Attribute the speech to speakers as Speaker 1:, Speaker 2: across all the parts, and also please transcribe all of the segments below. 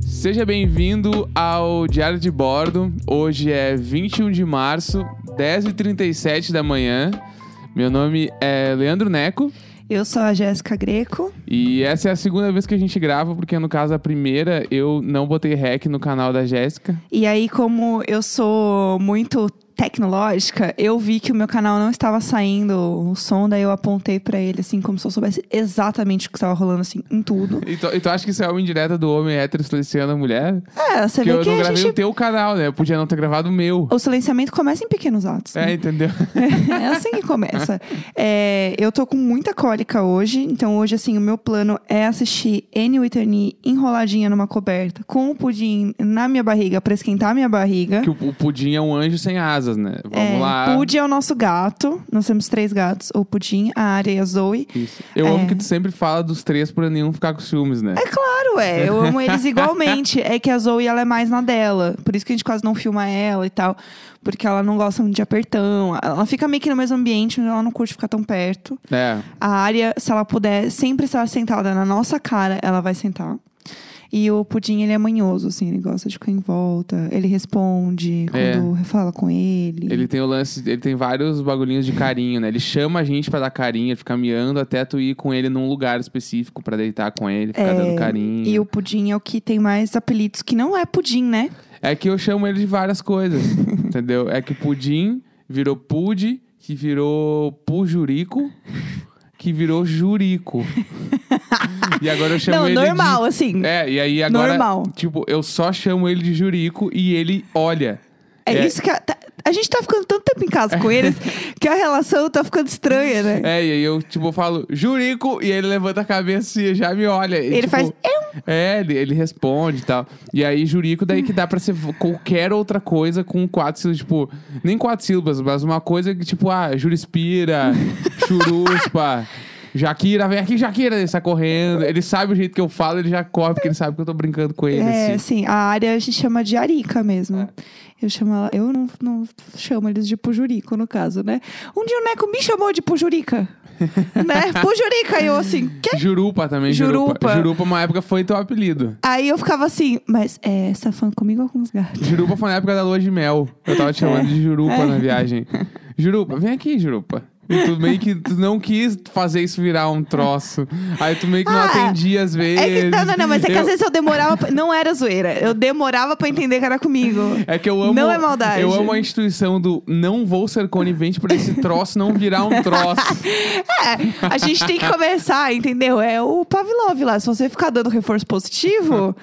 Speaker 1: Seja bem-vindo ao Diário de Bordo. Hoje é 21 de março, 10h37 da manhã. Meu nome é Leandro Neco
Speaker 2: Eu sou a Jéssica Greco.
Speaker 1: e essa é a segunda vez que a gente grava, porque no caso a primeira eu não botei rec no canal da Jéssica.
Speaker 2: E aí, como eu sou muito tecnológica, eu vi que o meu canal não estava saindo o som, daí eu apontei pra ele, assim, como se eu soubesse exatamente o que estava rolando, assim, em tudo.
Speaker 1: E tu, e tu acha que isso é uma indireta do homem hétero silenciando a mulher?
Speaker 2: É, você
Speaker 1: Porque
Speaker 2: vê
Speaker 1: eu
Speaker 2: que
Speaker 1: não
Speaker 2: a
Speaker 1: gravei o
Speaker 2: gente.
Speaker 1: teu canal, né? Eu podia não ter gravado o meu.
Speaker 2: O silenciamento começa em pequenos atos.
Speaker 1: É,
Speaker 2: né?
Speaker 1: entendeu?
Speaker 2: É assim que começa. É, eu tô com muita cólica hoje, então hoje, assim, o meu plano é assistir Annie Whitney enroladinha numa coberta, com o pudim na minha barriga, pra esquentar a minha barriga.
Speaker 1: que o, o Pudim é um anjo sem asas, né? Vamos
Speaker 2: É,
Speaker 1: lá.
Speaker 2: Pudim é o nosso gato. Nós temos três gatos. O Pudim, a Área e a Zoe.
Speaker 1: Isso. Eu amo que tu sempre fala dos três pra nenhum ficar com ciúmes, né?
Speaker 2: É claro, é. Eu amo eles igualmente. É que a Zoe, ela é mais na dela. Por isso que a gente quase não filma ela e tal. Porque ela não gosta muito de apertão. Ela fica meio que no mesmo ambiente, mas ela não curte ficar tão perto.
Speaker 1: É.
Speaker 2: A Área, se ela puder sempre estar sentada na nossa cara, ela vai sentar. E o Pudim, ele é manhoso, assim. Ele gosta de ficar em volta. Ele responde
Speaker 1: É.
Speaker 2: quando fala com ele.
Speaker 1: Ele tem o lance, ele tem vários bagulhinhos de carinho, né? Ele chama a gente pra dar carinho, ele fica miando até tu ir com ele num lugar específico pra deitar com ele, ficar dando carinho.
Speaker 2: É, E o Pudim é o que tem mais apelidos, que não é Pudim, né?
Speaker 1: É que eu chamo ele de várias coisas, entendeu? É que pudim virou pude, que virou pujurico, que virou jurico. e agora eu chamo
Speaker 2: não,
Speaker 1: ele
Speaker 2: normal, assim.
Speaker 1: de... É, e aí agora,
Speaker 2: Normal.
Speaker 1: tipo, eu só chamo ele de jurico e ele olha.
Speaker 2: É, isso que. A, tá- a gente tá ficando tanto tempo em casa com eles que a relação tá ficando estranha, né?
Speaker 1: É, e aí eu, tipo, falo, Jurico, e ele levanta a cabeça e já me olha. E,
Speaker 2: Ele
Speaker 1: tipo,
Speaker 2: faz,
Speaker 1: É, ele, ele responde e tal. E aí, Jurico, daí que dá pra ser qualquer outra coisa com quatro sílabas, tipo, nem quatro sílabas, mas uma coisa que, tipo, ah, Jurispira, Churuspa. Jaquira, vem aqui, Jaquira, ele sai correndo. Ele sabe o jeito que eu falo, ele já corre, porque ele sabe que eu tô brincando com ele.
Speaker 2: É,
Speaker 1: assim.
Speaker 2: assim, a área a gente chama de Arica mesmo.
Speaker 1: É.
Speaker 2: Eu chamo ela, eu não, não chamo eles de Pujurico, no caso, né? Um dia o Neco me chamou de Pujurica. né? Pujurica, e eu assim, quê?
Speaker 1: Jurupa também, Jurupa.
Speaker 2: Jurupa.
Speaker 1: Jurupa, uma época, foi teu apelido.
Speaker 2: Aí eu ficava assim, mas é, você tá falando comigo ou com os gatos?
Speaker 1: Jurupa foi na época da lua de mel. Eu tava te chamando de Jurupa
Speaker 2: É.
Speaker 1: na viagem. Jurupa, vem aqui, Jurupa. E tu meio que tu não quis fazer isso virar um troço. Aí tu meio que não
Speaker 2: Ah,
Speaker 1: atendia às vezes.
Speaker 2: É que, não, não, não, mas é que
Speaker 1: eu,
Speaker 2: às vezes eu demorava. pra- Não era zoeira. Eu demorava pra entender que era comigo.
Speaker 1: É que eu amo.
Speaker 2: Não é maldade.
Speaker 1: Eu amo a instituição do não vou ser conivente pra esse troço não virar um troço.
Speaker 2: É, a gente tem que começar, entendeu? É o Pavlov lá. Se você ficar dando reforço positivo,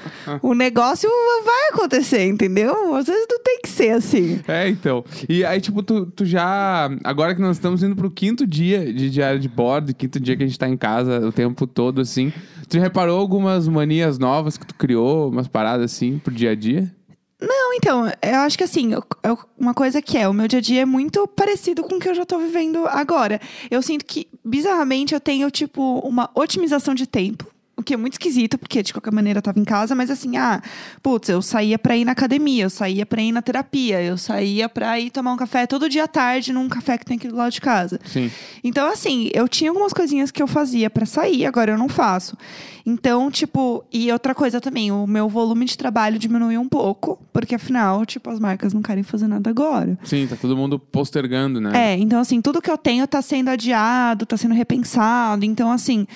Speaker 2: o negócio vai acontecer, entendeu? Às vezes não tem que ser assim.
Speaker 1: É, então. E aí, tipo, tu, tu já. Agora que nós estamos indo pro quinto dia de diário de bordo, quinto dia que a gente tá em casa o tempo todo, assim. Tu já reparou algumas manias novas que tu criou, umas paradas assim pro dia a dia?
Speaker 2: Não, então, eu acho que assim, eu- eu- uma coisa que é, o meu dia a dia é muito parecido com o que eu já tô vivendo agora. Eu sinto que, bizarramente, eu tenho, tipo, uma otimização de tempo. O que é muito esquisito, porque de qualquer maneira eu tava em casa, mas assim, ah, putz, eu saía pra ir na academia, eu saía pra ir na terapia, eu saía pra ir tomar um café todo dia à tarde num café que tem aqui do lado de casa.
Speaker 1: Sim.
Speaker 2: Então, assim, eu tinha algumas coisinhas que eu fazia pra sair, agora eu não faço. Então, tipo, e outra coisa também, o meu volume de trabalho diminuiu um pouco, porque afinal, tipo, as marcas não querem fazer nada agora.
Speaker 1: Sim, tá todo mundo postergando, né?
Speaker 2: É, então, assim, tudo que eu tenho tá sendo adiado, tá sendo repensado. Então, assim,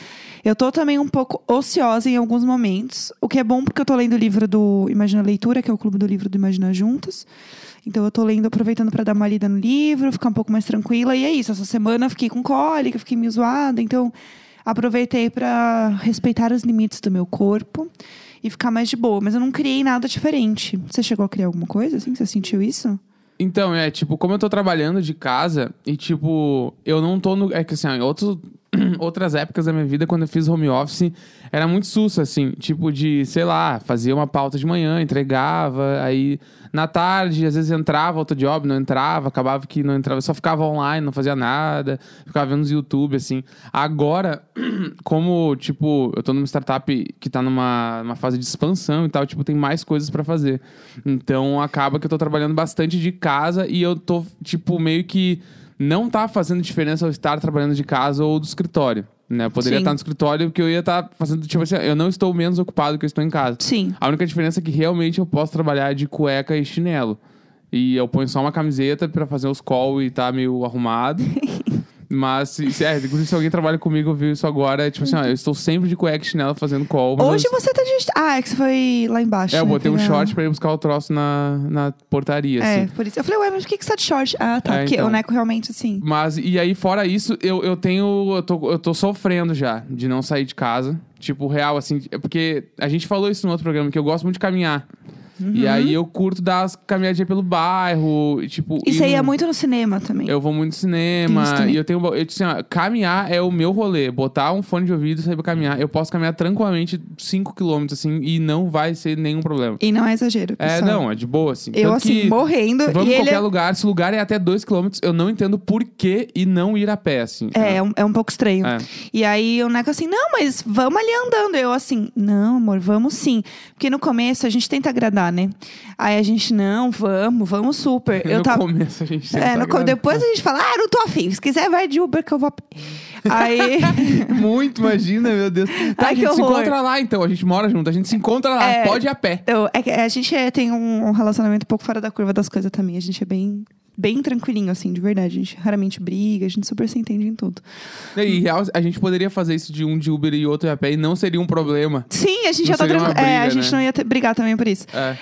Speaker 2: eu tô também um pouco ociosa em alguns momentos, o que é bom porque eu tô lendo o livro do Imagina Leitura, que é o clube do livro do Imagina Juntos. Então, eu tô lendo, aproveitando pra dar uma lida no livro, ficar um pouco mais tranquila. E é isso, essa semana eu fiquei com cólica, fiquei meio zoada. Então, aproveitei pra respeitar os limites do meu corpo e ficar mais de boa. Mas eu não criei nada diferente. Você chegou a criar alguma coisa, assim? Você sentiu isso?
Speaker 1: Então, é, tipo, como eu tô trabalhando de casa e, tipo, eu não tô no. É que assim, ó, em outros, outras épocas da minha vida, quando eu fiz home office, era muito susto, assim, tipo, de, sei lá, fazia uma pauta de manhã, entregava, aí na tarde, às vezes entrava outro job, não entrava, acabava que não entrava, só ficava online, não fazia nada, ficava vendo os YouTube, assim. Agora, como, tipo, eu tô numa startup que tá numa, numa fase de expansão e tal, tipo, tem mais coisas pra fazer. Então, acaba que eu tô trabalhando bastante de casa e eu tô, tipo, meio que não tá fazendo diferença eu estar trabalhando de casa ou do escritório. né? Eu poderia
Speaker 2: Sim.
Speaker 1: estar no escritório porque eu ia estar fazendo, tipo assim, eu não estou menos ocupado que eu estou em casa.
Speaker 2: Sim.
Speaker 1: A única diferença é que realmente eu posso trabalhar de cueca e chinelo. E eu ponho só uma camiseta pra fazer os call e tá meio arrumado. Mas, se, se, é, inclusive, se alguém trabalha comigo, viu isso agora, é tipo assim, ó, eu estou sempre de cueca e chinelo fazendo call. mas
Speaker 2: Hoje
Speaker 1: eu,
Speaker 2: você tá de. Ah, é que você foi lá
Speaker 1: assim.
Speaker 2: embaixo.
Speaker 1: É, eu
Speaker 2: né,
Speaker 1: botei um
Speaker 2: pegar-
Speaker 1: short pra ir buscar o troço na, na portaria,
Speaker 2: É,
Speaker 1: assim.
Speaker 2: por isso. Eu falei, ué, mas por que, que você tá de short? Ah, tá.
Speaker 1: É,
Speaker 2: porque
Speaker 1: então.
Speaker 2: o Neco realmente, assim.
Speaker 1: Mas, e aí, fora isso, eu, eu tenho. Eu tô, eu tô sofrendo já de não sair de casa. Tipo, real, assim. é Porque a gente falou isso no outro programa, que eu gosto muito de caminhar.
Speaker 2: Uhum.
Speaker 1: E aí eu curto dar as caminhadinhas pelo bairro. E, tipo,
Speaker 2: E
Speaker 1: ir
Speaker 2: você
Speaker 1: no-
Speaker 2: ia é muito no cinema também.
Speaker 1: Eu vou muito no cinema.
Speaker 2: Tem isso também.
Speaker 1: E eu tenho. Eu disse assim, ó, caminhar é o meu rolê. Botar um fone de ouvido e sair pra caminhar. Eu posso caminhar tranquilamente 5km, assim, e não vai ser nenhum problema.
Speaker 2: E não é exagero.
Speaker 1: É,
Speaker 2: pessoal.
Speaker 1: não, é de boa, assim.
Speaker 2: Eu,
Speaker 1: Tanto
Speaker 2: assim,
Speaker 1: que
Speaker 2: morrendo.
Speaker 1: Vamos
Speaker 2: e
Speaker 1: em
Speaker 2: ele.
Speaker 1: qualquer lugar. Se o lugar é até 2km, eu não entendo por que e não ir a pé, assim.
Speaker 2: É, é um, é um pouco estranho.
Speaker 1: É.
Speaker 2: E aí o Neco assim, não, mas vamos ali andando. Eu assim, não, amor, vamos sim. Porque no começo a gente tenta agradar, né? Aí a gente, não, vamos, vamos super. Eu
Speaker 1: É. no
Speaker 2: tava.
Speaker 1: começo a gente sempre
Speaker 2: É,
Speaker 1: tá
Speaker 2: no co-
Speaker 1: grande.
Speaker 2: depois a gente fala, ah, não tô afim. Se quiser, vai de Uber que eu vou. a pé." Aí.
Speaker 1: Muito, imagina, meu Deus. Tá,
Speaker 2: Ai,
Speaker 1: a
Speaker 2: que
Speaker 1: gente se
Speaker 2: horror.
Speaker 1: encontra lá, então. A gente mora junto, a gente se encontra lá.
Speaker 2: É.
Speaker 1: Pode ir a pé.
Speaker 2: eu- é que a gente é- tem um um relacionamento um pouco fora da curva das coisas também. A gente é bem. Bem tranquilinho, assim, de verdade. A gente raramente briga, a gente super se entende em tudo.
Speaker 1: E aí, real, a gente poderia fazer isso de um de Uber e outro a pé e não seria um problema.
Speaker 2: Sim, a gente
Speaker 1: Não
Speaker 2: já tá
Speaker 1: seria uma
Speaker 2: tranquilo. É,
Speaker 1: briga,
Speaker 2: a gente
Speaker 1: né?
Speaker 2: não ia ter- brigar também por isso.
Speaker 1: É.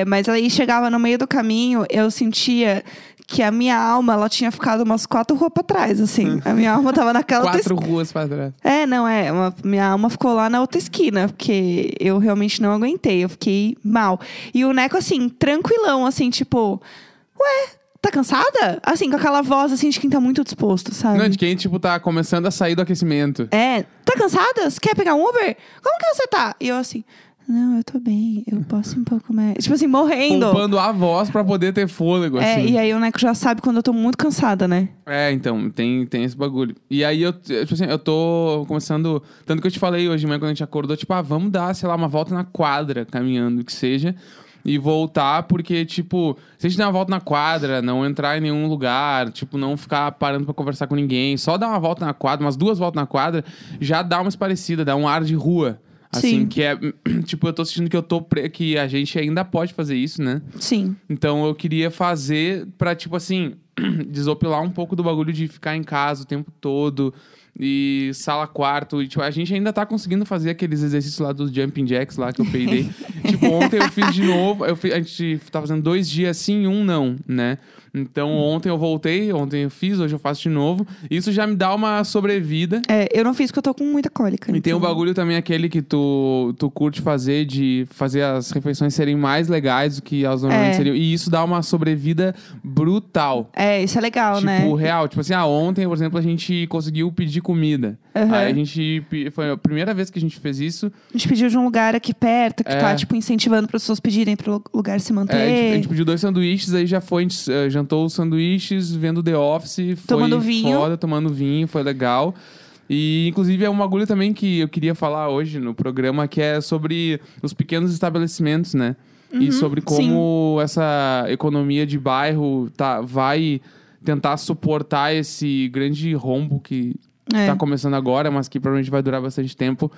Speaker 2: É, mas aí chegava no meio do caminho, eu sentia que a minha alma, ela tinha ficado umas quatro ruas pra trás, assim. A minha alma tava naquela outra
Speaker 1: Quatro ruas pra trás.
Speaker 2: É, não, é. uma- minha alma ficou lá na outra esquina, porque eu realmente não aguentei, eu fiquei mal. E o Neco, assim, tranquilão, assim, tipo, ué, tá cansada? Assim, com aquela voz assim de quem tá muito disposto, sabe?
Speaker 1: Não, de quem, tipo, tá começando a sair do aquecimento.
Speaker 2: É, tá cansada? Você quer pegar um Uber? Como que você tá? E eu assim, não, eu tô bem, eu posso um pouco mais. Tipo assim, morrendo.
Speaker 1: Poupando a voz pra poder ter fôlego,
Speaker 2: É,
Speaker 1: assim.
Speaker 2: e aí o Neco já sabe quando eu tô muito cansada, né?
Speaker 1: É, então, tem, tem esse bagulho. E aí eu, eu, tipo assim, eu tô começando. Tanto que eu te falei hoje de manhã quando a gente acordou, tipo, ah, vamos dar, sei lá, uma volta na quadra, caminhando, que seja. E voltar, porque, tipo, se a gente der uma volta na quadra, não entrar em nenhum lugar, tipo, não ficar parando pra conversar com ninguém, só dar uma volta na quadra, umas duas voltas na quadra, já dá uma esparecida, dá um ar de rua. Assim,
Speaker 2: Sim.
Speaker 1: que é. Tipo, eu tô sentindo que eu tô. pre- que a gente ainda pode fazer isso, né?
Speaker 2: Sim.
Speaker 1: Então eu queria fazer pra, tipo assim, desopilar um pouco do bagulho de ficar em casa o tempo todo e sala quarto. E, tipo, a gente ainda tá conseguindo fazer aqueles exercícios lá dos jumping jacks lá que eu peidei. tipo, ontem eu fiz de novo. Eu fi- a gente tá fazendo dois dias sim e um não, né? Então ontem eu voltei, ontem eu fiz, hoje eu faço de novo. Isso já me dá uma sobrevida.
Speaker 2: É, eu não fiz porque eu tô com muita cólica.
Speaker 1: E tem um o
Speaker 2: então-
Speaker 1: bagulho também aquele que tu, tu curte fazer, de fazer as refeições serem mais legais do que elas normalmente
Speaker 2: É.
Speaker 1: seriam. E isso dá uma sobrevida brutal.
Speaker 2: É, isso é legal,
Speaker 1: tipo,
Speaker 2: né?
Speaker 1: real. Tipo assim, ah, ontem, por exemplo, a gente conseguiu pedir comida.
Speaker 2: Aham.
Speaker 1: Aí a gente. pe- Foi a primeira vez que a gente fez isso.
Speaker 2: A gente pediu de um lugar aqui perto, que
Speaker 1: É.
Speaker 2: tá, tipo, incentivando para pessoas pedirem pro lu- lugar se manter.
Speaker 1: É, a, gente, a gente pediu dois sanduíches, aí já foi, a gente eh, jantou os sanduíches, vendo The Office, foi
Speaker 2: Tomando vinho.
Speaker 1: foda, tomando vinho, foi legal. E, inclusive, é um bagulho também que eu queria falar hoje no programa, que é sobre os pequenos estabelecimentos, né?
Speaker 2: Uhum,
Speaker 1: e sobre como essa economia de bairro tá, vai tentar suportar esse grande rombo que
Speaker 2: É.
Speaker 1: tá começando agora, mas que provavelmente vai durar bastante tempo.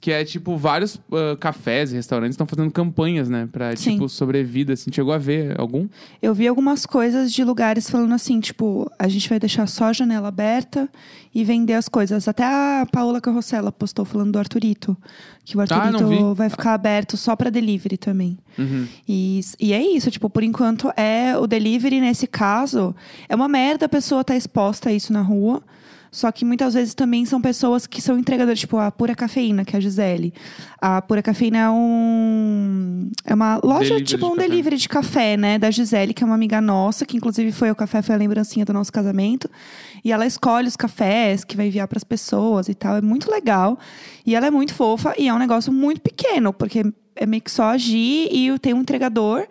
Speaker 1: Que é tipo, vários ah, cafés e restaurantes estão fazendo campanhas, né? Pra,
Speaker 2: Sim.
Speaker 1: tipo, sobrevida. Assim, chegou a ver algum?
Speaker 2: Eu vi algumas coisas de lugares falando assim, tipo, a gente vai deixar só a janela aberta e vender as coisas. Até a Paola Carrossela postou falando do Arturito, que o
Speaker 1: Ah, não
Speaker 2: Arturito
Speaker 1: vi.
Speaker 2: vai ficar aberto só para delivery também.
Speaker 1: Uhum.
Speaker 2: E, e é isso, tipo, por enquanto é o delivery nesse caso. É uma merda a pessoa estar exposta a isso na rua. Só que muitas vezes também são pessoas que são entregadoras, tipo a Pura Cafeína, que é a Gisele. A Pura Cafeína é um. É uma loja,
Speaker 1: Delivery
Speaker 2: tipo
Speaker 1: de
Speaker 2: um
Speaker 1: café.
Speaker 2: delivery de café, né? Da Gisele, que é uma amiga nossa, que inclusive foi o café, foi a lembrancinha do nosso casamento. E ela escolhe os cafés que vai enviar pras pessoas e tal. É muito legal. E ela é muito fofa e é um negócio muito pequeno, porque é meio que só agir e tem um entregador.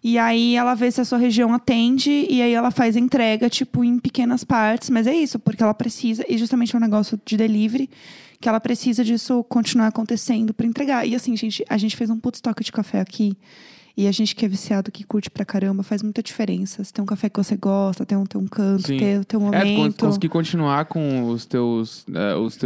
Speaker 2: E aí ela vê se a sua região atende e aí ela faz entrega, tipo, em pequenas partes. Mas é isso, porque ela precisa, e justamente é um negócio de delivery, que ela precisa disso continuar acontecendo para entregar. E assim, gente, a gente fez um puto estoque de café aqui. E a gente que é viciado, que curte pra caramba, faz muita diferença. Se tem um café que você gosta, tem um, tem um canto,
Speaker 1: Sim.
Speaker 2: tem, tem um
Speaker 1: É, tu cons-
Speaker 2: momento.
Speaker 1: conseguir continuar com os teus. eh, os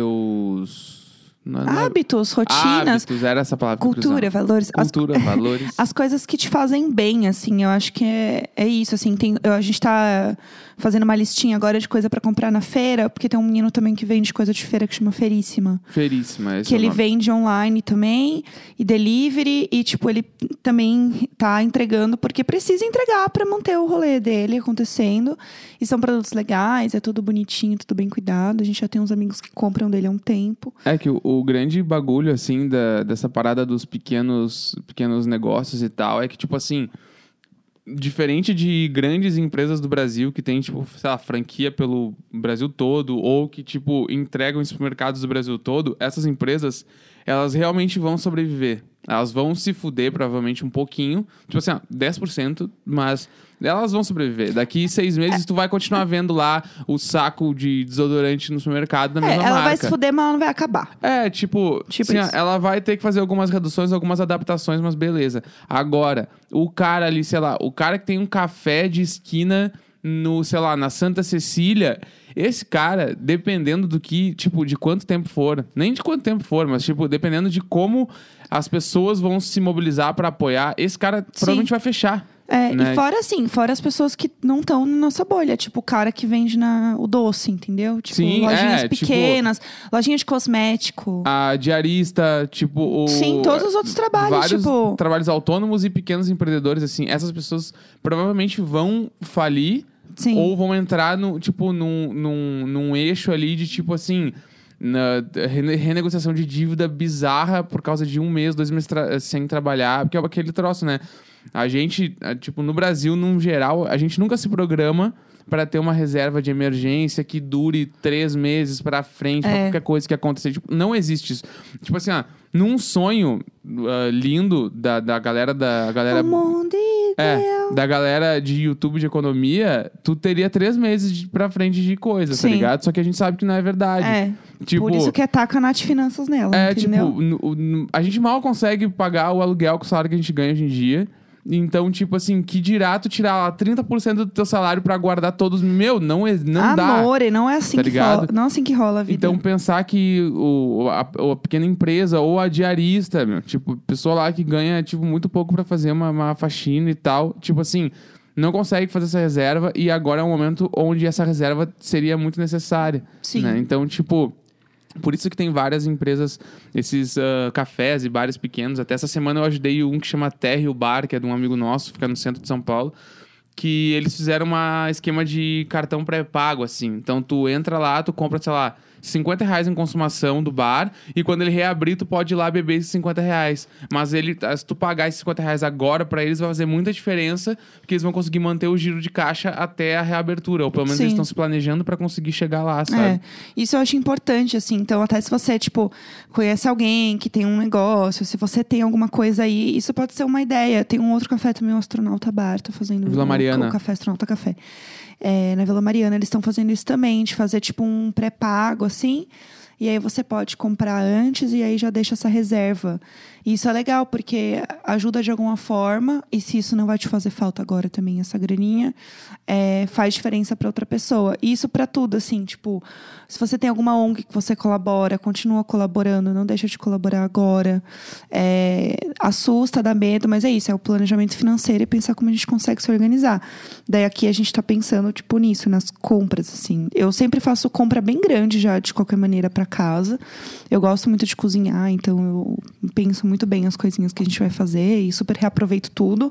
Speaker 1: teus. não- não é-
Speaker 2: Hábitos, rotinas,
Speaker 1: Hábitos, era essa palavra. que eu
Speaker 2: cultura, valores.
Speaker 1: cruzava.
Speaker 2: As,
Speaker 1: Cultura, valores.
Speaker 2: as coisas que te fazem bem, assim. Eu acho que é, é isso, assim. Tem, eu- a gente tá fazendo uma listinha agora de coisa pra comprar na feira, porque tem um menino também que vende coisa de feira que chama Feríssima.
Speaker 1: Feríssima. esse
Speaker 2: que
Speaker 1: é o
Speaker 2: ele
Speaker 1: nome.
Speaker 2: vende online também e delivery e tipo ele também tá entregando porque precisa entregar para manter o rolê dele acontecendo e são produtos legais é tudo bonitinho tudo bem cuidado a gente já tem uns amigos que compram dele há um tempo
Speaker 1: É que o, o grande bagulho, assim, da, dessa parada dos pequenos, pequenos negócios e tal, é que, tipo assim, diferente de grandes empresas do Brasil que tem, tipo, sei lá, franquia pelo Brasil todo, ou que, tipo, entregam em supermercados do Brasil todo, essas empresas, elas realmente vão sobreviver. Elas vão se fuder, provavelmente, um pouquinho. Tipo assim, ó, 10%, mas elas vão sobreviver. Daqui seis meses, tu vai continuar vendo lá o saco de desodorante no supermercado da
Speaker 2: é,
Speaker 1: mesma
Speaker 2: ela
Speaker 1: marca.
Speaker 2: vai se fuder mas ela não vai acabar
Speaker 1: É, tipo,
Speaker 2: Tipo
Speaker 1: assim,
Speaker 2: isso.
Speaker 1: ela vai ter que fazer algumas reduções, algumas adaptações, mas beleza. Agora, o cara ali, sei lá, o cara que tem um café de esquina no, sei lá, na Santa Cecília, esse cara, dependendo do que, tipo, de quanto tempo for, nem de quanto tempo for, mas tipo, dependendo de como as pessoas vão se mobilizar pra apoiar, esse cara provavelmente vai fechar.
Speaker 2: É,
Speaker 1: Né?
Speaker 2: e fora assim fora as pessoas que não estão na nossa bolha tipo o cara que vende na o doce entendeu tipo
Speaker 1: Sim, é,
Speaker 2: lojinhas
Speaker 1: tipo-
Speaker 2: pequenas lojinha de cosmético
Speaker 1: A diarista, tipo, o
Speaker 2: sim todos os outros trabalhos
Speaker 1: vários
Speaker 2: tipo
Speaker 1: trabalhos autônomos e pequenos empreendedores, assim, essas pessoas provavelmente vão falir
Speaker 2: sim
Speaker 1: ou vão entrar no, tipo, num, num, num eixo ali de tipo assim. na- da rene- renegociação de dívida bizarra por causa de um mês, dois meses tra- sem trabalhar, porque é aquele troço, né? A gente, ah, tipo, no Brasil, num geral, a gente nunca se programa pra ter uma reserva de emergência que dure três meses pra frente, pra
Speaker 2: É.
Speaker 1: qualquer coisa que acontecer. Tipo, não existe isso. Tipo assim, ah, num sonho ah, lindo da, da galera da a galera
Speaker 2: O mundo ideal.
Speaker 1: é, da galera de YouTube de economia, tu teria três meses de, pra frente de coisa,
Speaker 2: Sim.
Speaker 1: tá ligado? Só que a gente sabe que não é verdade.
Speaker 2: É,
Speaker 1: tipo,
Speaker 2: por isso que ataca a Nath Finanças nela,
Speaker 1: é
Speaker 2: entendeu?
Speaker 1: tipo, n- o- n- a gente mal consegue pagar o aluguel com o salário que a gente ganha hoje em dia. Então, tipo assim, que dirá tu tirar lá 30% do teu salário pra guardar todos? Meu, não, é- não dá.
Speaker 2: Amor, e não é assim
Speaker 1: tá
Speaker 2: que
Speaker 1: ligado?
Speaker 2: rola, não é assim que rola a vida.
Speaker 1: Então, pensar que o, a, a pequena empresa ou a diarista, meu, tipo, pessoa lá que ganha, tipo, muito pouco pra fazer uma, uma faxina e tal, tipo assim, não consegue fazer essa reserva e agora é um momento onde essa reserva seria muito necessária.
Speaker 2: Sim.
Speaker 1: né? Então, tipo. Por isso que tem várias empresas, esses ah, cafés e bares pequenos. Até essa semana eu ajudei um que chama Terra e o Bar, que é de um amigo nosso, fica no centro de São Paulo. Que eles fizeram um esquema de cartão pré-pago, assim. Então tu entra lá, tu compra, sei lá, 50 reais em consumação do bar. E quando ele reabrir, tu pode ir lá beber esses 50 reais. Mas ele, ah, se tu pagar esses 50 reais agora pra eles, vai fazer muita diferença. Porque eles vão conseguir manter o giro de caixa até a reabertura. Ou pelo menos
Speaker 2: Sim.
Speaker 1: eles estão se planejando pra conseguir chegar lá, sabe?
Speaker 2: É, isso eu acho importante, assim. Então, até se você, tipo, conhece alguém que tem um negócio, se você tem alguma coisa aí, isso pode ser uma ideia. Tem um outro café também, o Astronauta Bar, tô fazendo
Speaker 1: Vila
Speaker 2: o-
Speaker 1: Mariana.
Speaker 2: O, café Astronauta tá Café. É, na Vila Mariana, eles estão fazendo isso também, de fazer, tipo, um pré-pago, assim. E aí você pode comprar antes e aí já deixa essa reserva. E isso é legal, porque ajuda de alguma forma. E se isso não vai te fazer falta agora também, essa graninha, é, faz diferença para outra pessoa. E isso para tudo, assim, tipo, se você tem alguma ONG que você colabora, continua colaborando, não deixa de colaborar agora. É, assusta, dá medo, mas é isso, é o planejamento financeiro e pensar como a gente consegue se organizar. Daí aqui a gente tá pensando, tipo, nisso, nas compras, assim. Eu sempre faço compra bem grande já, de qualquer maneira, para casa. Eu gosto muito de cozinhar, então eu penso muito bem as coisinhas que a gente vai fazer e super reaproveito tudo.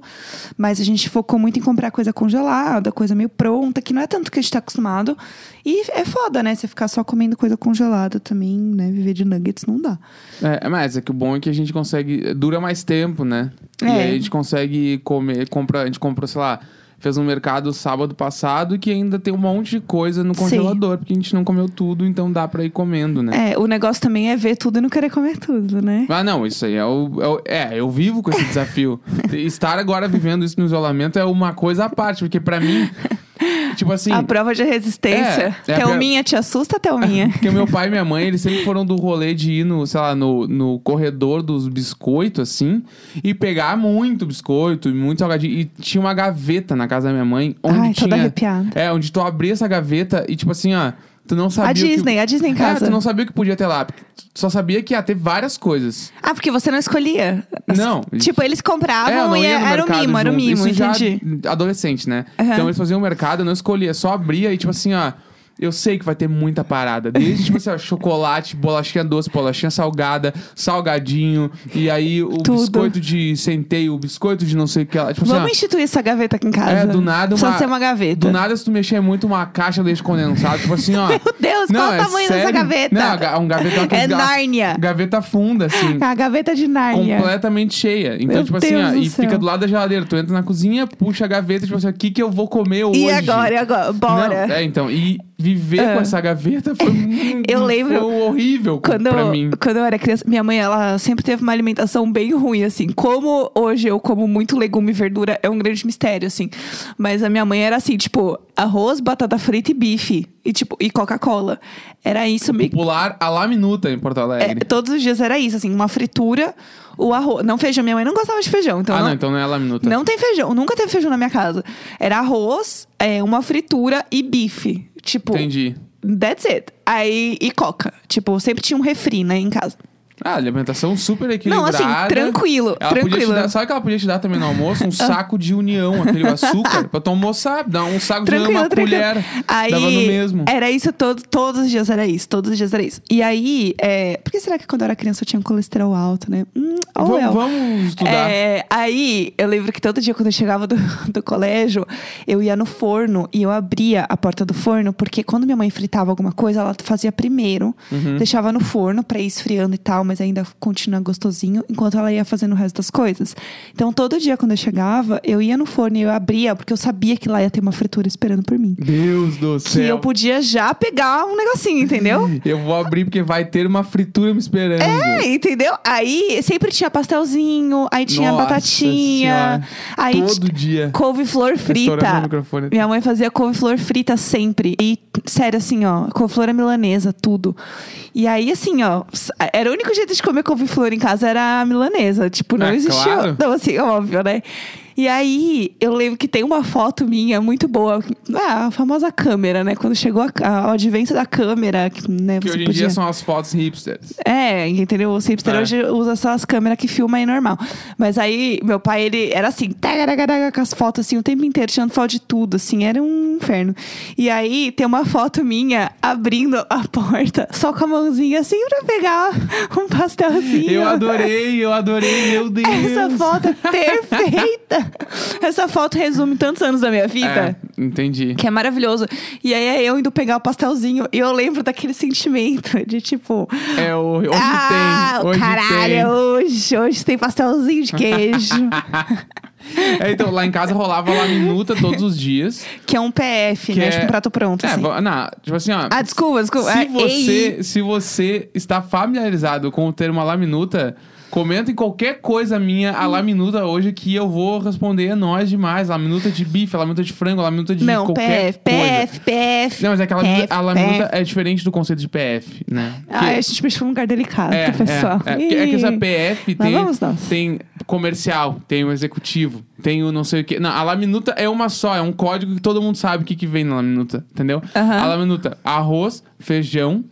Speaker 2: Mas a gente focou muito em comprar coisa congelada, coisa meio pronta, que não é tanto que a gente tá acostumado. E é foda, né? Você ficar só comendo coisa congelada também, né? Viver de nuggets não dá.
Speaker 1: É, mas é que o bom é que a gente consegue. Dura mais tempo, né? E
Speaker 2: É.
Speaker 1: aí a gente consegue comer. Compra, a gente comprou, sei lá, fez um mercado sábado passado que ainda tem um monte de coisa no
Speaker 2: Sim.
Speaker 1: congelador, porque a gente não comeu tudo, então dá pra ir comendo, né?
Speaker 2: É, o negócio também é ver tudo e não querer comer tudo, né?
Speaker 1: Ah, não, isso aí é o, é o- É, eu vivo com esse desafio. Estar agora vivendo isso no isolamento é uma coisa à parte, porque pra mim. tipo assim.
Speaker 2: A prova de resistência.
Speaker 1: É, é a
Speaker 2: Thelminha te assusta, Thelminha?
Speaker 1: Porque meu pai e minha mãe, eles sempre foram do rolê de ir no, sei lá, no, no corredor dos biscoitos, assim, e pegar muito biscoito e muito salgadinho. E tinha uma gaveta na casa da minha mãe, onde
Speaker 2: Ai,
Speaker 1: tinha.
Speaker 2: toda arrepiada.
Speaker 1: É, onde tu abria essa gaveta e, tipo assim, ó, tu não sabia.
Speaker 2: A
Speaker 1: o que-
Speaker 2: Disney, a Disney em casa.
Speaker 1: É, tu não sabia o que podia ter lá. porque Tu só sabia que ia ter várias coisas.
Speaker 2: Ah, porque você não escolhia. As-
Speaker 1: Não.
Speaker 2: Tipo, eles
Speaker 1: É, eu
Speaker 2: compravam
Speaker 1: não
Speaker 2: e
Speaker 1: ia no
Speaker 2: era o
Speaker 1: mercado
Speaker 2: mimo, era o
Speaker 1: junto.
Speaker 2: mimo,
Speaker 1: Isso já
Speaker 2: entendi.
Speaker 1: adolescente, né?
Speaker 2: Aham.
Speaker 1: Então eles faziam o mercado, eu não escolhia, só abria e tipo assim, ó. Eu sei que vai ter muita parada. Desde, tipo assim, ó, chocolate, bolachinha doce, bolachinha salgada, salgadinho. E aí o
Speaker 2: Tudo.
Speaker 1: biscoito de centeio, o biscoito de não sei o que lá. Tipo assim, ó,
Speaker 2: Vamos instituir essa gaveta aqui em casa.
Speaker 1: É, do nada
Speaker 2: Precisa
Speaker 1: uma-
Speaker 2: ser uma gaveta.
Speaker 1: do nada, se tu mexer muito, uma caixa de leite condensado. Tipo assim, ó.
Speaker 2: Meu Deus,
Speaker 1: não,
Speaker 2: qual
Speaker 1: é
Speaker 2: o tamanho
Speaker 1: sério.
Speaker 2: dessa gaveta?
Speaker 1: Não, ga- um gaveta...
Speaker 2: É
Speaker 1: ga-
Speaker 2: Nárnia.
Speaker 1: Gaveta funda, assim.
Speaker 2: É A gaveta de Nárnia.
Speaker 1: completamente cheia. Então,
Speaker 2: Meu
Speaker 1: tipo
Speaker 2: Deus
Speaker 1: assim, ó,
Speaker 2: do
Speaker 1: e
Speaker 2: céu.
Speaker 1: fica do lado da geladeira. Tu entra na cozinha, puxa a gaveta, tipo assim, o que, que eu vou comer hoje?
Speaker 2: E agora, e agora? Bora.
Speaker 1: Não, é, então, e viver
Speaker 2: Ah.
Speaker 1: com essa gaveta foi muito
Speaker 2: Eu lembro
Speaker 1: foi horrível co-
Speaker 2: Quando,
Speaker 1: pra mim.
Speaker 2: quando eu era criança, minha mãe, ela sempre teve uma alimentação bem ruim, assim. Como hoje eu como muito legume e verdura, é um grande mistério, assim. Mas a minha mãe era assim, tipo, arroz, batata frita e bife. E, tipo, e Coca-Cola. Era isso, meio que
Speaker 1: Pular a lá minuta em Porto
Speaker 2: É,
Speaker 1: Alegre.
Speaker 2: todos os dias era isso, assim, uma fritura, o arroz. Não feijão, minha mãe não gostava de feijão, então.
Speaker 1: ah, não,
Speaker 2: não,
Speaker 1: então não é a lá minuta.
Speaker 2: não tem feijão, nunca teve feijão na minha casa. Era arroz, é, uma fritura e bife. Tipo,
Speaker 1: Entendi.
Speaker 2: that's it. Aí, e coca. Tipo, sempre tinha um refri, né, em casa.
Speaker 1: Ah, alimentação super equilibrada.
Speaker 2: assim, tranquilo,
Speaker 1: Ela podia te
Speaker 2: tranquilo. Ah.
Speaker 1: dar- sabe o que ela podia te dar também no almoço? Um saco de união, aquele açúcar, pra tu almoçar. Dá um saco de união,
Speaker 2: Tranquilo,
Speaker 1: uma
Speaker 2: tranquilo.
Speaker 1: colher.
Speaker 2: Aí, é
Speaker 1: Dava no mesmo.
Speaker 2: Era isso, todo, todos os dias era isso, todos os dias era isso. E aí, é, por que será que quando eu era criança eu tinha um colesterol alto, né? Hum, oh
Speaker 1: Vamos-
Speaker 2: well.
Speaker 1: vamos estudar.
Speaker 2: É, aí, eu lembro que todo dia quando eu chegava do, do colégio, eu ia no forno e eu abria a porta do forno, porque quando minha mãe fritava alguma coisa, ela fazia primeiro,
Speaker 1: Uhum.
Speaker 2: deixava no forno pra ir esfriando e tal, mas ainda continua gostosinho, enquanto ela ia fazendo o resto das coisas. Então, todo dia quando eu chegava, eu ia no forno e eu abria, porque eu sabia que lá ia ter uma fritura esperando por mim.
Speaker 1: Deus do
Speaker 2: Que
Speaker 1: céu.
Speaker 2: eu podia já pegar um negocinho, entendeu?
Speaker 1: Eu vou abrir porque vai ter uma fritura me esperando.
Speaker 2: É, entendeu? Aí sempre tinha pastelzinho, aí tinha
Speaker 1: Nossa
Speaker 2: batatinha,
Speaker 1: Senhora.
Speaker 2: aí
Speaker 1: Todo
Speaker 2: ti-
Speaker 1: dia.
Speaker 2: couve-flor
Speaker 1: Estourando o
Speaker 2: frita.
Speaker 1: microfone.
Speaker 2: Minha mãe fazia couve-flor frita sempre. E, sério, assim, ó, couve-flor é milanesa, tudo. E aí, assim, ó, s- era o único jeito de comer couve-flor em casa era a milanesa. Tipo, não
Speaker 1: Ah,
Speaker 2: existia.
Speaker 1: claro.
Speaker 2: Não, assim, óbvio, né? E aí, eu lembro que tem uma foto minha muito boa. Ah, a famosa câmera, né? Quando chegou a, a, o advento da câmera, que, né?
Speaker 1: Que
Speaker 2: você
Speaker 1: hoje em
Speaker 2: podia...
Speaker 1: dia são as fotos hipsters.
Speaker 2: É, entendeu? O hipster
Speaker 1: É.
Speaker 2: hoje usa só as câmeras que filma aí normal. Mas aí, meu pai, ele era assim, tagaragaraga, com as fotos assim, o tempo inteiro, tirando foto de tudo, assim, era um inferno. E aí, tem uma foto minha abrindo a porta, só com a mãozinha assim, pra pegar um pastelzinho.
Speaker 1: Eu adorei, eu adorei, meu Deus.
Speaker 2: Essa foto é perfeita! Essa foto resume tantos anos da minha vida.
Speaker 1: É, entendi.
Speaker 2: Que é maravilhoso. E aí é eu indo pegar o pastelzinho. E eu lembro daquele sentimento de tipo.
Speaker 1: É, o- hoje
Speaker 2: ah,
Speaker 1: tem. Hoje
Speaker 2: caralho, hoje, hoje tem pastelzinho de queijo.
Speaker 1: tem. É, então, lá em casa rolava lá minuta todos os dias.
Speaker 2: que é um PF,
Speaker 1: Que
Speaker 2: né?
Speaker 1: é-
Speaker 2: Tipo um prato pronto.
Speaker 1: É,
Speaker 2: assim.
Speaker 1: va- na- tipo assim, ó.
Speaker 2: Ah, desculpa, desculpa.
Speaker 1: se,
Speaker 2: Ah, ei.
Speaker 1: você, se você está familiarizado com o termo a laminuta, comenta em qualquer coisa minha
Speaker 2: Hum.
Speaker 1: a laminuta hoje que eu vou responder. É nóis demais. Laminuta de bife, laminuta de frango, laminuta de
Speaker 2: Não,
Speaker 1: qualquer
Speaker 2: PF,
Speaker 1: coisa.
Speaker 2: PF, PF.
Speaker 1: Não, mas é que a laminuta,
Speaker 2: PF,
Speaker 1: a laminuta é diferente do conceito de PF, né?
Speaker 2: Ah, a gente mexeu num lugar delicado,
Speaker 1: é,
Speaker 2: pessoal.
Speaker 1: é, é, Porque é que essa
Speaker 2: Ih.
Speaker 1: PF
Speaker 2: Lá
Speaker 1: tem,
Speaker 2: vamos nós.
Speaker 1: tem comercial, tem o executivo, tem o não sei o quê. Não, a laminuta é uma só, é um código que todo mundo sabe o que, que vem na laminuta, entendeu?
Speaker 2: Aham.
Speaker 1: A laminuta, arroz, feijão,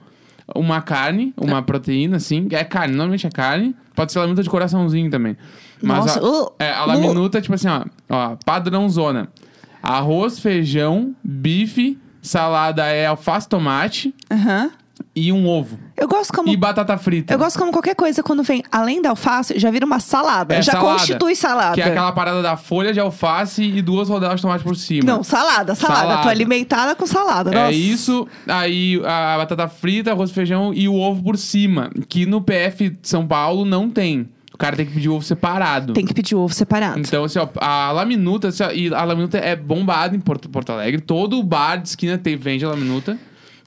Speaker 1: uma carne,
Speaker 2: Ah.
Speaker 1: uma proteína, assim. É carne, normalmente é carne. Pode ser laminuta de coraçãozinho também. Mas
Speaker 2: Nossa,
Speaker 1: a,
Speaker 2: uh,
Speaker 1: é, a
Speaker 2: uh.
Speaker 1: laminuta, é tipo assim, ó, ó, padrãozona. Arroz, feijão, bife, salada é alface, tomate
Speaker 2: Aham.
Speaker 1: e um ovo.
Speaker 2: Eu gosto como
Speaker 1: E batata frita.
Speaker 2: Eu gosto como qualquer coisa quando vem além da alface, já vira uma salada.
Speaker 1: É,
Speaker 2: já
Speaker 1: salada,
Speaker 2: constitui salada.
Speaker 1: Que é aquela parada da folha de alface e duas rodelas de tomate por cima.
Speaker 2: Não, salada, salada.
Speaker 1: Salada.
Speaker 2: Tô alimentada com salada.
Speaker 1: É
Speaker 2: nossa.
Speaker 1: isso, aí a batata frita, arroz, feijão e o ovo por cima. Que no PF de São Paulo não tem. O cara tem que pedir ovo separado.
Speaker 2: Tem que pedir ovo separado.
Speaker 1: Então, assim, ó, a Laminuta, assim, ó, e a Laminuta é bombada em Porto, Porto Alegre. Todo bar de esquina tem, vende a Laminuta.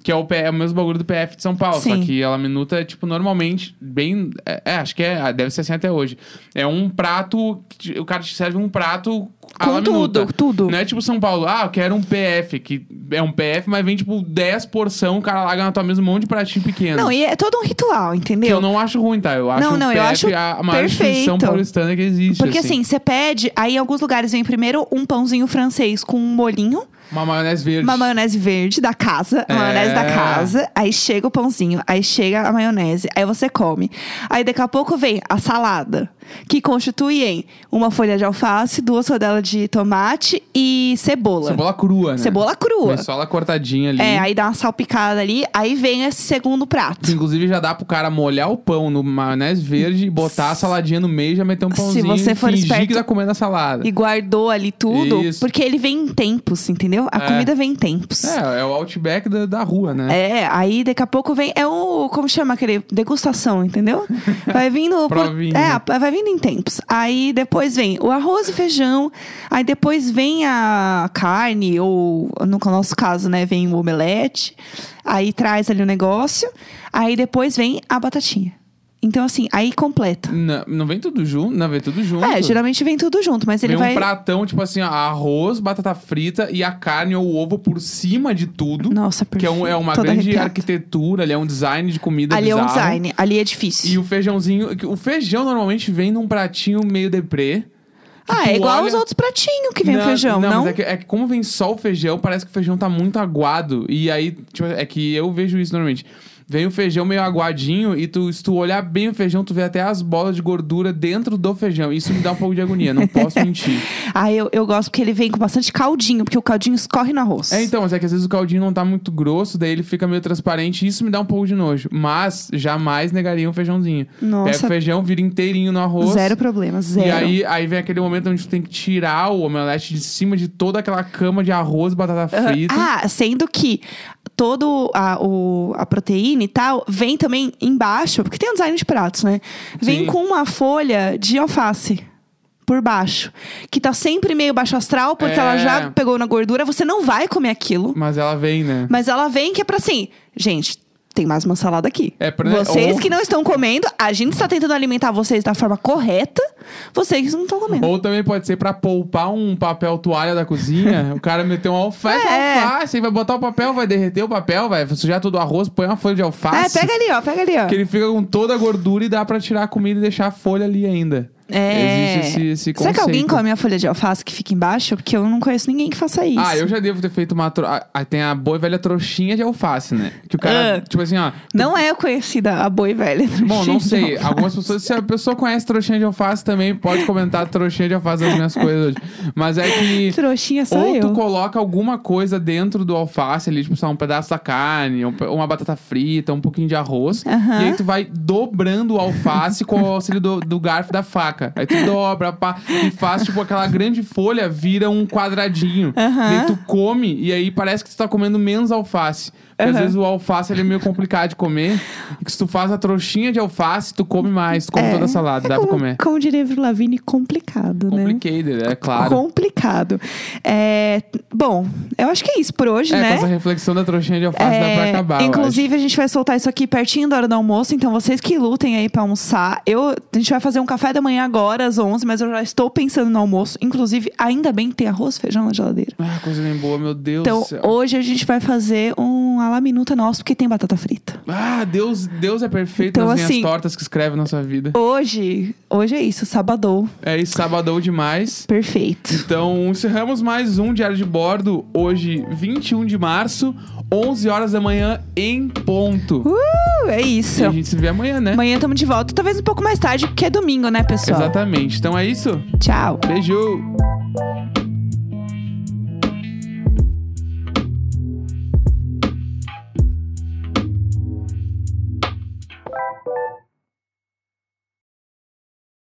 Speaker 1: Que é o, P- é o mesmo bagulho do PF de São Paulo, só
Speaker 2: Sim.
Speaker 1: que ela minuta, tipo, normalmente, bem. É, é, acho que é, deve ser assim até hoje. É um prato, que te- o cara te serve um prato à la
Speaker 2: Com tudo,
Speaker 1: minuta.
Speaker 2: tudo.
Speaker 1: Não é tipo São Paulo, ah, eu quero um PF, que é um PF, mas vem tipo 10 porção, o cara larga na tua mesa um monte de pratinho pequeno.
Speaker 2: Não, e é todo um ritual,
Speaker 1: Que eu
Speaker 2: entendeu?
Speaker 1: não acho ruim, tá? Eu acho
Speaker 2: Não, não,
Speaker 1: o
Speaker 2: eu
Speaker 1: PF
Speaker 2: acho
Speaker 1: a maior instituição
Speaker 2: perfeito.
Speaker 1: paulistana que existe.
Speaker 2: Porque assim, você pede, aí em alguns lugares vem primeiro um pãozinho francês com um bolinho,
Speaker 1: Uma maionese verde.
Speaker 2: uma maionese verde da casa, a
Speaker 1: É.
Speaker 2: maionese da casa, aí chega o pãozinho, aí chega a maionese, aí você come. Aí daqui a pouco vem a salada, que constitui em uma folha de alface, duas rodelas de tomate e cebola.
Speaker 1: Cebola crua, né?
Speaker 2: Cebola crua.
Speaker 1: Cebola cortadinha ali.
Speaker 2: É, aí dá uma salpicada ali, aí vem esse segundo prato.
Speaker 1: Inclusive já dá pro cara molhar o pão no maionese verde e botar a saladinha no meio e já meter um
Speaker 2: Se
Speaker 1: pãozinho
Speaker 2: você for
Speaker 1: e fingir
Speaker 2: esperto-
Speaker 1: que tá comendo a salada.
Speaker 2: E guardou ali tudo,
Speaker 1: Isso.
Speaker 2: porque ele vem em tempos, entendeu? A
Speaker 1: É.
Speaker 2: comida vem em tempos.
Speaker 1: É, é o outback da, da rua, né?
Speaker 2: É, aí daqui a pouco vem. É o. Como chama aquele? Degustação, entendeu? Vai vindo. por-
Speaker 1: Provinha.
Speaker 2: é, vai vindo em tempos. Aí depois vem o arroz e feijão. Aí depois vem a carne, ou no nosso caso, né? Vem o omelete. Aí traz ali o negócio. Aí depois vem a batatinha. Então, assim, aí completa.
Speaker 1: Não, não vem tudo junto? Não, vem tudo junto.
Speaker 2: É, geralmente vem tudo junto, mas ele
Speaker 1: vem
Speaker 2: vai.
Speaker 1: um pratão, tipo assim, ó, arroz, batata frita e a carne ou o ovo por cima de tudo.
Speaker 2: Nossa,
Speaker 1: Que é,
Speaker 2: perfeito.
Speaker 1: um- é uma
Speaker 2: Toda
Speaker 1: grande
Speaker 2: arrepiada.
Speaker 1: arquitetura, ali é um design de comida
Speaker 2: Ali é um
Speaker 1: bizarro.
Speaker 2: design, ali é difícil.
Speaker 1: E o feijãozinho... que O feijão normalmente vem num pratinho meio deprê. que
Speaker 2: Ah,
Speaker 1: tu
Speaker 2: é igual
Speaker 1: olha-
Speaker 2: aos outros pratinhos que vem o feijão, não?
Speaker 1: mas é que, é que como vem só o feijão, parece que o feijão tá muito aguado. E aí, tipo, é que eu vejo isso normalmente. Vem o feijão meio aguadinho e tu, se tu olhar bem o feijão, tu vê até as bolas de gordura dentro do feijão. Isso me dá um pouco de agonia, não posso mentir.
Speaker 2: Ah, eu, eu gosto porque ele vem com bastante caldinho, porque o caldinho escorre no arroz.
Speaker 1: É, então, mas é que às vezes o caldinho não tá muito grosso, daí ele fica meio transparente, isso me dá um pouco de nojo. Mas jamais negaria um feijãozinho. Pega
Speaker 2: Nossa.
Speaker 1: o feijão, vira inteirinho no arroz.
Speaker 2: Zero problema, zero.
Speaker 1: E aí, aí vem aquele momento onde tu tem que tirar o omelete de cima de toda aquela cama de arroz, batata
Speaker 2: Aham.
Speaker 1: frita.
Speaker 2: Ah, sendo que todo a, o, a proteína e tal vem também embaixo, porque tem um design de pratos, né? Vem
Speaker 1: Sim.
Speaker 2: com uma folha de alface. Por baixo. Que tá sempre meio baixo astral, porque
Speaker 1: É.
Speaker 2: ela já pegou na gordura, você não vai comer aquilo.
Speaker 1: Mas ela vem, né?
Speaker 2: Mas ela vem que é pra assim, gente, tem mais uma salada aqui.
Speaker 1: É pra-
Speaker 2: vocês
Speaker 1: ou-
Speaker 2: que não estão comendo, a gente está tentando alimentar vocês da forma correta, vocês não estão comendo.
Speaker 1: Ou também pode ser pra poupar um papel toalha da cozinha. o cara meteu um alface,
Speaker 2: É.
Speaker 1: alface, aí vai botar o papel, vai derreter o papel, vai sujar todo o arroz, põe uma folha de
Speaker 2: É,
Speaker 1: alface.
Speaker 2: pega ali, ó, pega ali, ó.
Speaker 1: Que ele fica com toda a gordura e dá pra tirar a comida e deixar a folha ali ainda.
Speaker 2: É.
Speaker 1: Existe esse, esse
Speaker 2: Será
Speaker 1: conceito.
Speaker 2: que alguém come a folha de alface que fica embaixo? Porque eu não conheço ninguém que faça isso.
Speaker 1: Ah, eu já devo ter feito uma. Tro... ah, ah, tem a boa e velha trouxinha de alface, né? Que o cara,
Speaker 2: Ah.
Speaker 1: tipo assim, ó.
Speaker 2: Não é conhecida a boi velha.
Speaker 1: Bom, não sei.
Speaker 2: Não.
Speaker 1: Algumas pessoas, se a pessoa conhece trouxinha de alface também, pode comentar trouxinha de alface nas minhas coisas hoje. Mas é que.
Speaker 2: Trouxinha sou
Speaker 1: Ou
Speaker 2: eu.
Speaker 1: tu coloca alguma coisa dentro do alface ali, tipo, sei lá, um pedaço da carne, um pe- uma batata frita, um pouquinho de arroz.
Speaker 2: Aham.
Speaker 1: E aí tu vai dobrando o alface com o auxílio do, do garfo e da faca. Aí tu dobra pá, e faz, tipo, aquela grande folha vira um quadradinho.
Speaker 2: Aham.
Speaker 1: E aí tu come e aí parece que tu tá comendo menos alface. Porque às
Speaker 2: Aham.
Speaker 1: vezes o alface ele é meio complicado de comer. E que se tu faz a trouxinha de alface, tu come mais, tu come
Speaker 2: É.
Speaker 1: toda a salada,
Speaker 2: É
Speaker 1: dá
Speaker 2: como,
Speaker 1: pra comer.
Speaker 2: Como diria Vila Lavigne, complicado, né?
Speaker 1: Complicated, é claro.
Speaker 2: Complicado. É, bom, eu acho que é isso por hoje,
Speaker 1: é,
Speaker 2: né?
Speaker 1: com essa reflexão da trouxinha de alface dá pra
Speaker 2: É,
Speaker 1: acabar. eu acho.
Speaker 2: Inclusive, a gente vai soltar isso aqui pertinho da hora do almoço, então vocês que lutem aí pra almoçar. Eu, a gente vai fazer um café da manhã agora, às 11, mas eu já estou pensando no almoço. Inclusive, ainda bem que tem arroz e feijão na geladeira.
Speaker 1: Ah, coisa bem boa, meu Deus
Speaker 2: Então,
Speaker 1: do céu.
Speaker 2: hoje a gente vai fazer um ala minuta nosso, porque tem batata frita.
Speaker 1: Ah, Deus, Deus é perfeito
Speaker 2: Então,
Speaker 1: nas linhas
Speaker 2: assim-
Speaker 1: tortas que escreve nossa vida.
Speaker 2: Hoje, hoje é isso, sabadou.
Speaker 1: É isso, sabadão demais.
Speaker 2: Perfeito.
Speaker 1: Então, encerramos mais um Diário de Bordo, hoje, 21 de março, 11 horas da manhã, em ponto.
Speaker 2: Uh, é isso.
Speaker 1: E a gente se vê amanhã, né?
Speaker 2: Amanhã estamos de volta, talvez um pouco mais tarde, porque é domingo, né, pessoal?
Speaker 1: Exatamente. Então é isso.
Speaker 2: Tchau.
Speaker 1: Beijo!